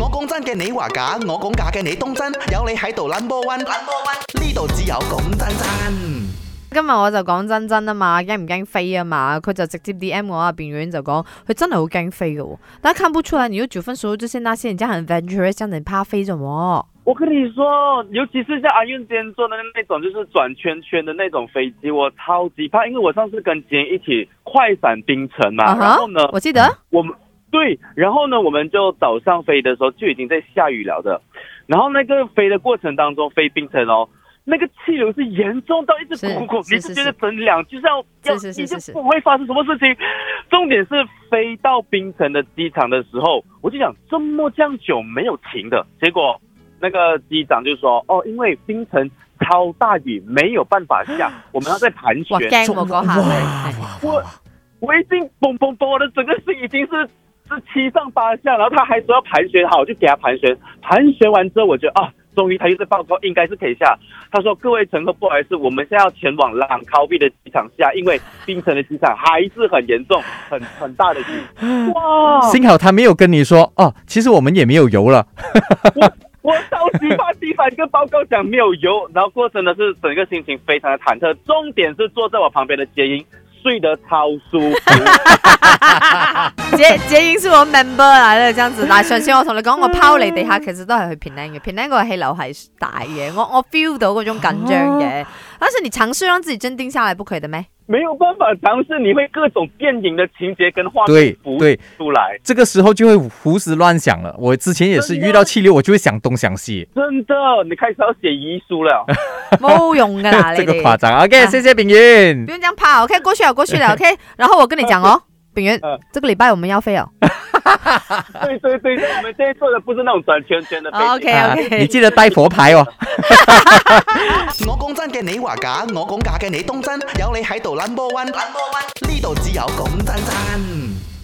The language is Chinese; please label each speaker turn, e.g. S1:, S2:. S1: 我講真嘅，你話假；我講假嘅，你當真。有你喺度 number one，number one，呢度只有講真真。
S2: 今日我就講真真啊嘛，驚唔驚飛啊嘛，佢就直接 D M 我啊，邊遠就講佢真係好驚飛嘅喎，但係看不出來，你又九分熟就係那些人家很 venturous，這樣你怕飛什麼？
S3: 我跟你说，尤其是像阿运今天坐的那种，就是转圈圈的那种飞机，我超级怕，因为我上次跟杰一起快闪冰城嘛，
S2: 啊
S3: 然后呢，
S2: 我記得
S3: 我们对，然后呢，我们就早上飞的时候就已经在下雨了的，然后那个飞的过程当中，飞冰城哦，那个气流是严重到一直
S2: 是
S3: 滚滚，
S2: 是
S3: 你
S2: 是
S3: 是觉得整两就是要要
S2: 是是
S3: 一
S2: 是是
S3: 定不会发生什么事情。重点是飞到冰城的机场的时候，我就想这么这样久没有停的，结果那个机长就说哦，因为冰城超大雨，没有办法 下，我们要再盘
S2: 哇
S3: 旋。
S2: 驚我嗰下
S1: 哇
S2: 係
S1: 哇
S3: 我我已经嘣嘣嘣，我的整个心已经是是七上八下，然后他还说要盘旋，好，我就给他盘旋。盘旋完之后，我觉得啊，终于他又在报告，应该是可以下。他说：“各位乘客，不好意思，我们现在要前往朗高壁的机场下，因为槟城的机场还是很严重，很很大的雨。”哇！
S2: 哦
S4: 幸好他没有跟你说哦，其实我们也没有油了。
S3: 我超级怕第三个报告讲没有油，然后过程呢是整个心情非常的忐忑。重点是坐在我旁边的杰英睡得超舒服。
S2: 杰杰英是我 member 啊嚟嘅，這樣子。但係上次我同你講，我拋離地下其實都係去平靚嘅，平靚個氣流係大嘅，我我 feel 到嗰種緊張嘅。
S4: 啊
S2: 但是你嘗試讓自己鎮定下來，不可以的 咩？
S3: 没有办法尝试，你会各种电影的情节跟画
S4: 对
S3: 面浮
S4: 对，
S3: 出来，
S4: 这个时候就会胡思乱想了。我之前也是
S3: 真的
S4: 遇到气流，我就会想东想西，
S3: 真的，你开始要写遗书 了。
S2: 冇用噶啦，你
S4: 这个
S2: 哋。
S4: 夸张。
S2: 啊
S4: OK，谢谢炳
S2: 不
S4: 云。
S2: 用这样怕，OK，过去了，过去 了，OK。然后我跟你讲哦，炳元
S3: 嗯，
S2: 这个礼拜我们要飞哦。
S3: 对对对，我们现在做的不是那种转圈圈的飞机。
S2: OK
S4: 啊
S2: OK，
S4: 你记得带佛牌哦。
S1: 我講真嘅，你話假；我講假嘅，你當真。有你喺度 number one，number one，呢度只有講真真。